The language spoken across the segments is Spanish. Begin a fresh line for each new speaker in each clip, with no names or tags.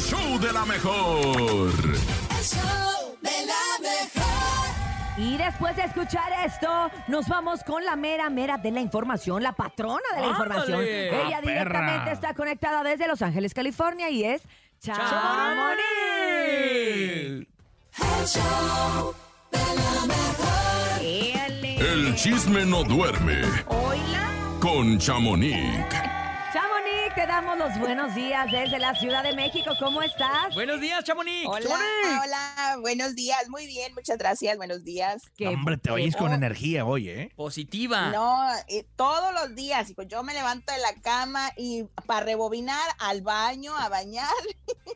show de la mejor.
El show de la mejor.
Y después de escuchar esto, nos vamos con la mera mera de la información, la patrona de la información.
¡Ándale!
Ella
¡Ah,
directamente
perra!
está conectada desde Los Ángeles, California y es Chamonix.
El show de la mejor.
El chisme no duerme
Hola,
con Chamonix.
Chamonix, te damos los buenos días desde la Ciudad de México. ¿Cómo estás?
Buenos días, Chamonix.
Hola, hola, buenos días, muy bien, muchas gracias, buenos días.
¿Qué-
Hombre, te
qué-
oyes con energía hoy, ¿eh?
Positiva.
No, eh, todos los días, hijo, yo me levanto de la cama y para rebobinar al baño, a bañar.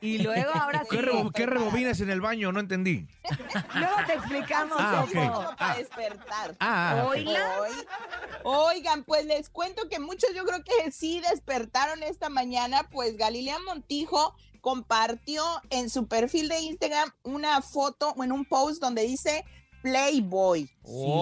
Y luego ahora sí.
¿Qué, rebo- qué rebobinas en el baño? No entendí.
Luego te explicamos
Ah,
así
cómo.
como para despertar.
Ah, ok.
Hoy- Hola.
Hoy- Oigan, pues les cuento que muchos yo creo que sí despertaron esta mañana, pues Galilea Montijo compartió en su perfil de Instagram una foto, bueno, un post donde dice Playboy.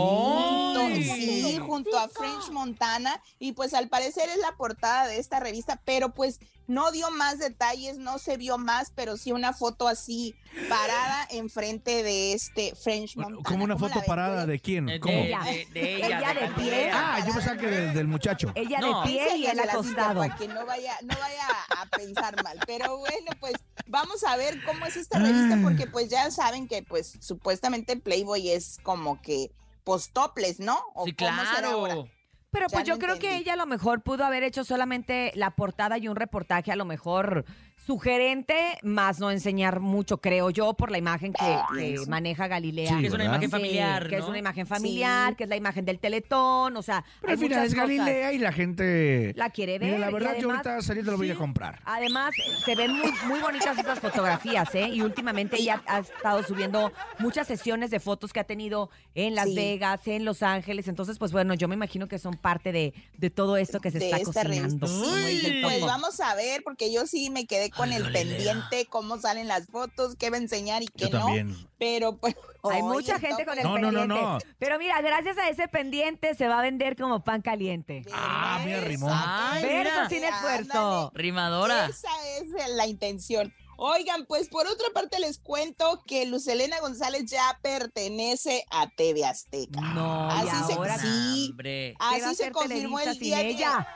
junto,
¡Ay!
Mm,
sí, junto a French Montana y pues al parecer es la portada de esta revista, pero pues no dio más detalles, no se vio más, pero sí una foto así parada enfrente de este French Montana.
¿Cómo una
¿Cómo la
foto
ven,
parada
Julio?
de
Eh,
quién?
de-
¿Cómo?
Ella.
De, de ella.
Ella de
Galilea.
pie.
Ah, yo pensaba que de- del muchacho.
Ella
No.
de pie y él
Enséñasela, Cintia,
acostado.
para que no vaya, no vaya a pensar mal. Pero bueno, pues vamos a ver cómo es esta
Ah.
revista, porque pues ya saben que pues supuestamente Playboy es como que postoples, ¿no? ¿O
Sí,
cómo será ahora?
claro.
Pero pues yo
Ya lo
creo que
entendí.
ella a lo mejor pudo haber hecho solamente la portada y un reportaje a lo mejor sugerente, más no enseñar mucho, creo yo, por la imagen que,
Ah,
que
Sí.
maneja Galilea.
Sí,
Que es una
¿verdad?
Sí,
imagen familiar.
que es
¿no?
una imagen familiar, que es la imagen del teletón, o sea,
Pero al
hay
final
muchas
es
cosas.
Galilea y la gente...
La quiere ver.
Mira, la
y
verdad, yo
además-
ahorita saliendo lo voy a
sí.
comprar.
Además, se ven muy, muy bonitas esas fotografías, ¿eh? Y últimamente ella ha estado subiendo muchas sesiones de fotos que ha tenido en Las
Sí.
Vegas, en Los Ángeles. Entonces, pues bueno, yo me imagino que son parte de, de todo esto que se
de
está
esta
cocinando.
revista.
Uy.
Sí, pues vamos a ver, porque yo sí me quedé con
Ay,
el
Galilea.
pendiente, cómo salen las fotos, qué va a enseñar y qué
Yo
no.
también.
Pero pues.
Hay
oye,
mucha gente con el
No, no, no,
pendiente.
no.
Pero mira, gracias a ese pendiente se va a vender como pan caliente.
de
Ah, mira,
nuevo,
rimó.
Ah,
ándale,
Verso sin esfuerzo.
Rimadora.
Esa es la intención. Oigan, pues por otra parte les cuento que Lucelena González ya pertenece a TV Azteca.
No,
Así
y
se-
ahora
sí.
Hombre.
¿qué va a
Así se
hacer
confirmó
Televisa
el
sin
día que-
ella?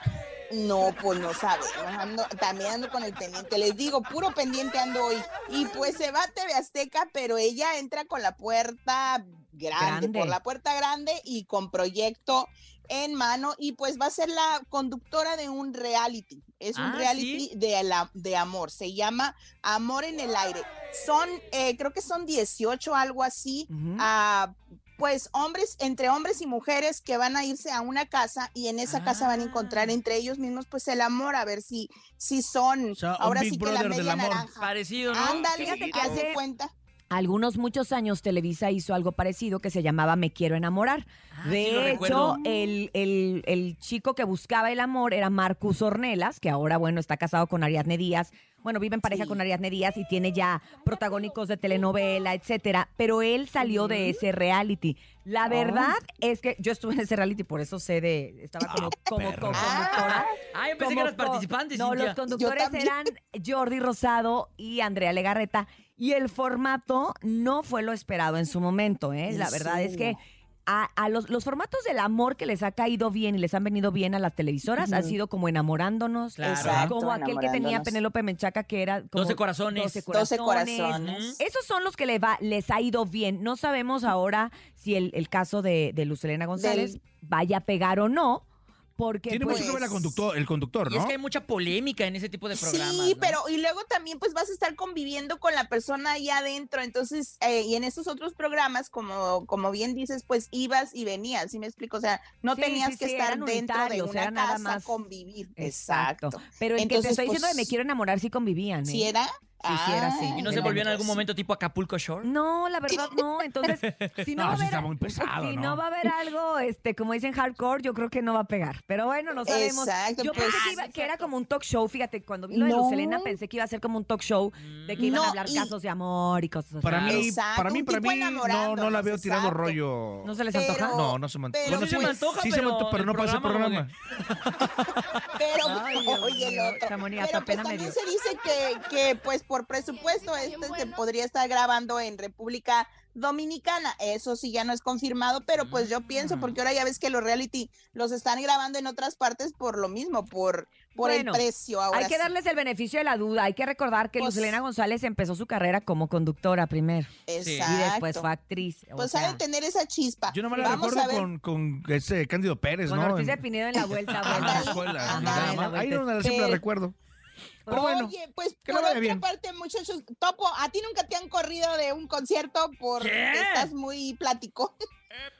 No, pues no sabemos. Ando- también ando con el pendiente. Les digo, puro pendiente ando hoy. Y pues se va a TV Azteca, pero ella entra con la puerta grande,
Grande.
por la puerta grande y con proyecto en mano. Y pues va a ser la conductora de un reality. Es un
Ah,
reality de, la, de amor. Se llama Amor en el Aire. Son, eh, creo que son 18, algo así
Ujú.
a, pues hombres, entre hombres y mujeres que van a irse a una casa y en esa casa van a encontrar
Ah.
entre ellos mismos pues el amor, a ver si, si son,
O sea, un
ahora
Big
sí que la
Brother del
media
amor.
naranja.
Parecido, ¿no?
Ándale,
Fíjate que
haz de
hace-
cuenta.
Algunos muchos años Televisa hizo algo parecido que se llamaba Me Quiero Enamorar.
Ah,
De
sí lo
hecho,
recuerdo.
el, el- el chico que buscaba el amor era Marcus Ornelas, que ahora, bueno, está casado con Ariadne Díaz. Bueno, vive en pareja
Sí.
con Ariadne Díaz y tiene ya protagónicos de telenovela, etcétera. Pero él salió de ese reality. La
Oh.
verdad es que yo estuve en ese reality, por eso sé de. Estaba como, como
perro.
co-conductora.
Ah, yo pensé que
Como
eras
co-
participantes.
No,
Cintia.
los conductores
también.
eran Jordi Rosado y Andrea Legarreta. Y el formato no fue lo esperado en su momento, ¿eh?
¿En
La verdad es que
serio?
a, a los, los formatos del amor que les ha caído bien y les han venido bien a las televisoras han
Ujú.
sido como enamorándonos,
Claro.
Exacto,
como aquel que tenía
enamorándonos.
Penélope Menchaca que era como
12 corazones.
12
12
corazones.
corazones.
Esos son los que le va, les ha ido bien. No sabemos ahora si el, el caso de, de Lucelena González vaya a pegar o no, porque
Tiene
pues,
mucho que ver la conductor, el conductor,
Y es
¿no?
que hay mucha polémica en ese tipo de programas.
Sí,
¿no?
pero y luego también pues vas a estar conviviendo con la persona allá adentro, entonces, eh, y en esos otros programas, como, como bien dices, pues ibas y venías, ¿sí me explico? O sea, no
Sí,
tenías
sí,
que
sí,
estar
eran
dentro de
unitarios,
una
era nada
casa,
más-
convivir.
Exacto. Pero el que te
Entonces,
estoy diciendo de me
pues,
quiero enamorar sí convivían. ¿eh?
¿Si era? Ah,
sí era así.
¿Y no se
Ay,
volvió en algún
entonces-
momento tipo Acapulco Shore?
No, la verdad no. Entonces, si no,
No,
va a
sí
haber-
está muy pesado,
si
¿no?
no va a haber algo, este, como dicen hardcore, yo creo que no va a pegar. Pero bueno, no sabemos.
Exacto,
Yo
pues,
pensé que, iba- que era como un talk show, fíjate, cuando vi lo de
No.
Lucelena pensé que iba a ser como un talk show de que iban a
No,
hablar
y-
casos de amor y cosas así.
Para mí,
Exacto,
para mí,
un
para
tipo
mí, no, no la
enamorándonos,
veo tirando
exacto.
rollo.
¿No se les
Pero-
antoja?
No, no se me antoja.
pero
Bueno,
sí se me
antoja,
sí se me
pero
antoja, pero no
el
para ese
programa,
programa.
Pero,
Ay, Dios
oye, el
mío,
otro.
Chamonix, hasta
pero pues
pena me
también
dio.
se dice que, que, pues por
Sí,
presupuesto,
está
este
bien
se
bueno.
podría estar grabando en República Dominicana. Eso sí ya no es confirmado, pero pues yo
Ah.
pienso,
Mm.
porque ahora ya ves que los reality los están grabando en otras partes por lo mismo, por, por
Bueno,
el precio. Ahora
Hay que
sí.
darles el beneficio de la duda. Hay que recordar que
Pues-
Lucelena González empezó su carrera como conductora primero
Sí. Y
Exacto.
y después fue actriz. o
Pues
sea,
ha de tener esa chispa.
Yo nomás la
Vamos a
recuerdo
ver.
con, con ese Cándido Pérez,
con
Pues, ¿no?
Ortiz
En-
de Pinedo en la vuelta,
en la
vuelta.
escuela,
Ajá,
nada
en la
más. Ahí
vuelta.
era donde siempre la
Pero-
recuerdo. Pero
Oye,
bueno,
pues
que
por
le vaya
otra
bien.
parte, muchachos, Topo, a ti nunca te han corrido de un concierto porque
¿Qué?
estás muy plático.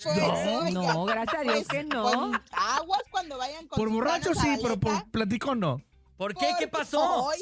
Pues,
No,
oiga,
no, gracias a Dios
pues,
que no.
con aguas cuando vayan con
por
sus
borracho
manos a
sí, pero
baleta.
por platicón no.
¿Por qué?
Porque
¿Qué pasó?
hoy-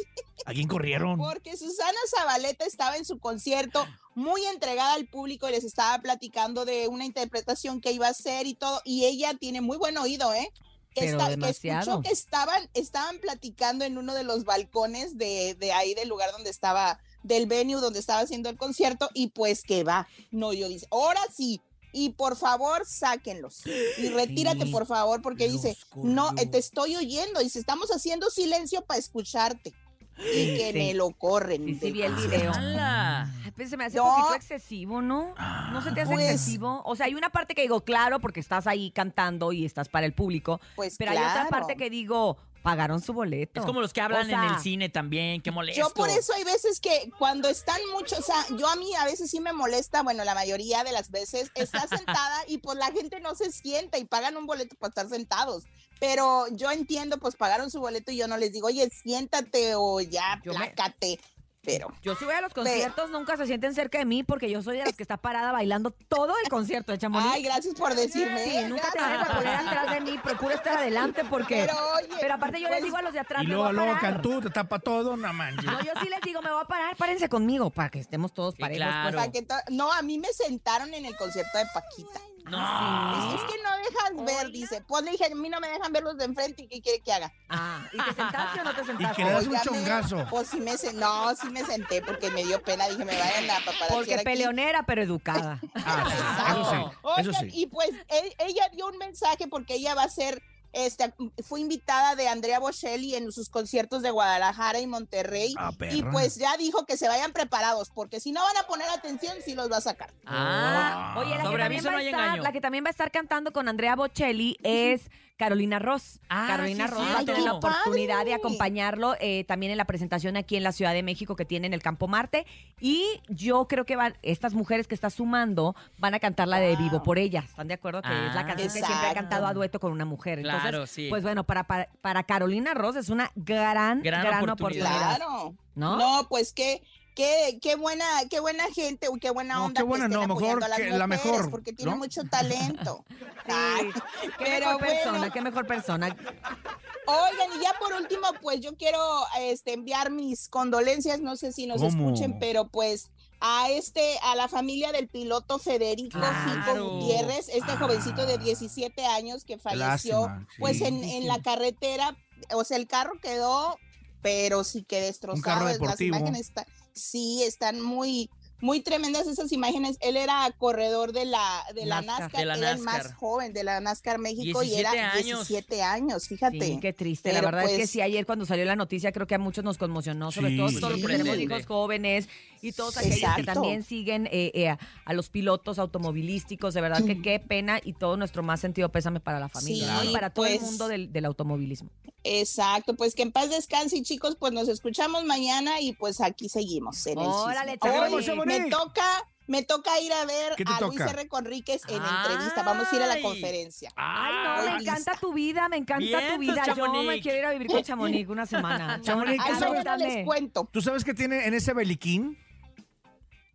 ¿A quién corrieron?
Porque Susana Zabaleta estaba en su concierto muy entregada al público y les estaba platicando de una interpretación que iba a hacer y todo. Y ella tiene muy buen oído, ¿eh? Que,
Pero
que
demasiado.
escuchó que estaban, estaban platicando en uno de los balcones de, de ahí del lugar donde estaba, del venue donde estaba haciendo el concierto, y pues que va. No, yo dice, ahora sí. Y por favor, sáquenlos. Y retírate,
Sí,
por favor, porque
los
dice, no, eh,
corrió.
te estoy oyendo. Dice, estamos haciendo silencio para escucharte. Y que
Sí.
me lo corren.
Sí, sí,
del
vi el
concierto.
video.
¡Hala!
Ay, pues, se me hace
No.
un poquito excesivo, ¿no? ¿No se te hace
Pues-
excesivo? O sea, hay una parte que digo, claro, porque estás ahí cantando y estás para el público,
Pues
pero hay otra
claro.
parte que digo, pagaron su boleto.
Es como los que hablan
O sea,
en el cine también, qué molesto.
Yo por eso hay veces que cuando están muchos, o sea, yo a mí a veces sí me molesta, bueno, la mayoría de las veces está sentada y pues la gente no se sienta y pagan un boleto para estar sentados. Pero yo entiendo, pues pagaron su boleto y yo no les digo, oye, siéntate o ya,
Yo me-
plácate. Pero
Yo si voy a los
Pues
conciertos, nunca se sienten cerca de mí porque yo soy de las que está parada bailando todo el concierto de Chamonix.
Ay, gracias por decirme.
Sí,
¿eh?
nunca te
Gracias
vayas a
por
poner
decirme.
atrás de mí, procura estar adelante porque...
Pero
Pero,
oye,
aparte yo les
pues,
digo a los de atrás,
Y
me
luego,
voy a
luego
parar.
Cantú te tapa todo, no manches.
No, yo sí les digo, me voy a parar, párense conmigo para que estemos todos
Sí,
parejos. pues.
claro.
para que to- no, a mí me sentaron en el concierto de Paquita.
No.
Es que no dejas ver, dice. Pues le dije, a mí no me dejan ver los de enfrente y qué quiere que haga.
Ah, ¿y te sentaste o no te
Y
sentaste?
que le das un
Óigame,
chongazo.
Pues sí me senté, no, sí me senté porque me dio pena, dije, me vayan a paparaciar
Porque
aquí.
peleonera, pero educada.
Ah, sí, eso sí, eso
Oigan,
sí.
y pues e- ella dio un mensaje porque ella va a ser, este, fue invitada de Andrea Bocelli en sus conciertos de Guadalajara y Monterrey.
Ah,
y
perra.
pues ya dijo que se vayan preparados, porque si no van a poner atención, sí los va a sacar.
Ah,
Ah.
Oye, la que,
sobre
también
aviso
va
no
a
hay
estar,
engaño.
la que también va a estar cantando con Andrea Bocelli es Carolina Ross.
Ah,
Carolina
sí,
Ross va a
cierto.
tener la
¡Qué padre!
oportunidad de acompañarlo eh, también en la presentación aquí en la Ciudad de México que tiene en el Campo Marte. Y yo creo que van, estas mujeres que está sumando van a cantar la de
Wow.
Vivo por ella. ¿Están de acuerdo? Que es la
Ah.
canción que siempre ha
Exacto.
cantado a dueto con una mujer. Entonces,
Claro, sí.
Pues bueno, para, para, para Carolina Ross es una gran, gran,
Gran
oportunidad.
oportunidad.
Claro.
¿No?
No, pues qué, qué, qué buena, qué buena gente, uy, qué buena
No,
onda.
qué buena,
que estén
no, mejor
apoyando a las
que la
mujeres,
mejor,
Porque tiene
¿no?
mucho talento. Ay,
Sí. Qué
pero
mejor persona,
bueno,
qué mejor persona.
oigan, y ya por último, pues yo quiero este, enviar mis condolencias, no sé si nos
¿Cómo?
escuchen, pero pues a este, a la familia del piloto Federico
Claro.
Fico Gutiérrez, este
Ah.
jovencito de 17 años que falleció,
lástima, sí.
pues en, en la carretera, o sea, el carro quedó, pero sí que destrozado.
carro
es- Las
deportivo.
imágenes está- sí están muy, muy tremendas esas imágenes. Él era corredor de la, de la
NASCAR.
NASCAR,
De la
era el más
NASCAR.
joven de la NASCAR México y era
17 años.
17 años, fíjate.
Sí, qué triste. La
Pero,
verdad es que
pues,
sí, ayer cuando salió la noticia creo que a muchos nos conmocionó, sobre
Sí.
todo todos los que tenemos
Sorprendente.
hijos jóvenes y todos aquellos que
Exacto.
también siguen eh, eh, a- a los pilotos automovilísticos. De verdad que qué pena y todo nuestro más sentido pésame para la familia ¿no?
Sí,
y para todo el
pues.
mundo del, del automovilismo.
Exacto, pues que en paz descanse y chicos, pues nos escuchamos mañana y pues aquí seguimos. En el
Órale,
chisme.
Chamonix.
Hoy
Sagrado
me
Chamonix.
toca, me toca ir a ver
¿Qué te
a Luis
toca?
R. Conríquez en entrevista. Vamos a ir a la
Ay.
conferencia.
Ay, no, me
Ay,
encanta
lista.
tu vida, me encanta tu
Vientos,
vida. Yo me
Chamonix.
quiero ir a vivir con Chamonix una semana.
Chamonix,
Ay,
¿qué
Chamonix,
mañana les
cuéntame.
cuento.
¿Tú sabes qué tiene en ese beliquín?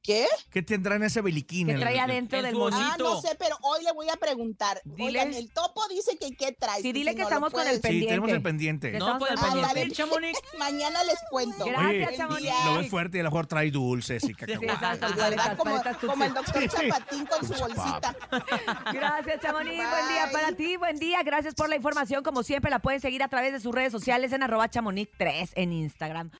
¿Qué?
¿Qué tendrá en ese beliquín?
¿Qué
El-
trae
el-
adentro
Es
del
tu
bolsillo?
Ah, no
Osito.
sé, pero hoy le voy a preguntar.
Dile.
Oigan, el topo dice que qué trae.
Sí, dile
si
que
no lo
estamos con el
puedes-
Sí, tenemos el
pendiente.
pendiente.
Está
No puede
Estamos
hablando-
perder, Chamonix.
Mañana les cuento.
Gracias,
Oye,
Chamonix.
Lo ves fuerte y a lo mejor trae dulces y
Sí,
cacahuates.
exacto,
De
paletas,
Pues, verdad, como,
paletas,
como el
tutsis.
doctor
Sí.
Chapatín con su
Con su
bolsita.
Gracias, Chamonix. Buen
Bye.
día para ti, buen día. Gracias por la información. Como siempre, la pueden seguir a través de sus redes sociales en arroba chamonix3 en Instagram.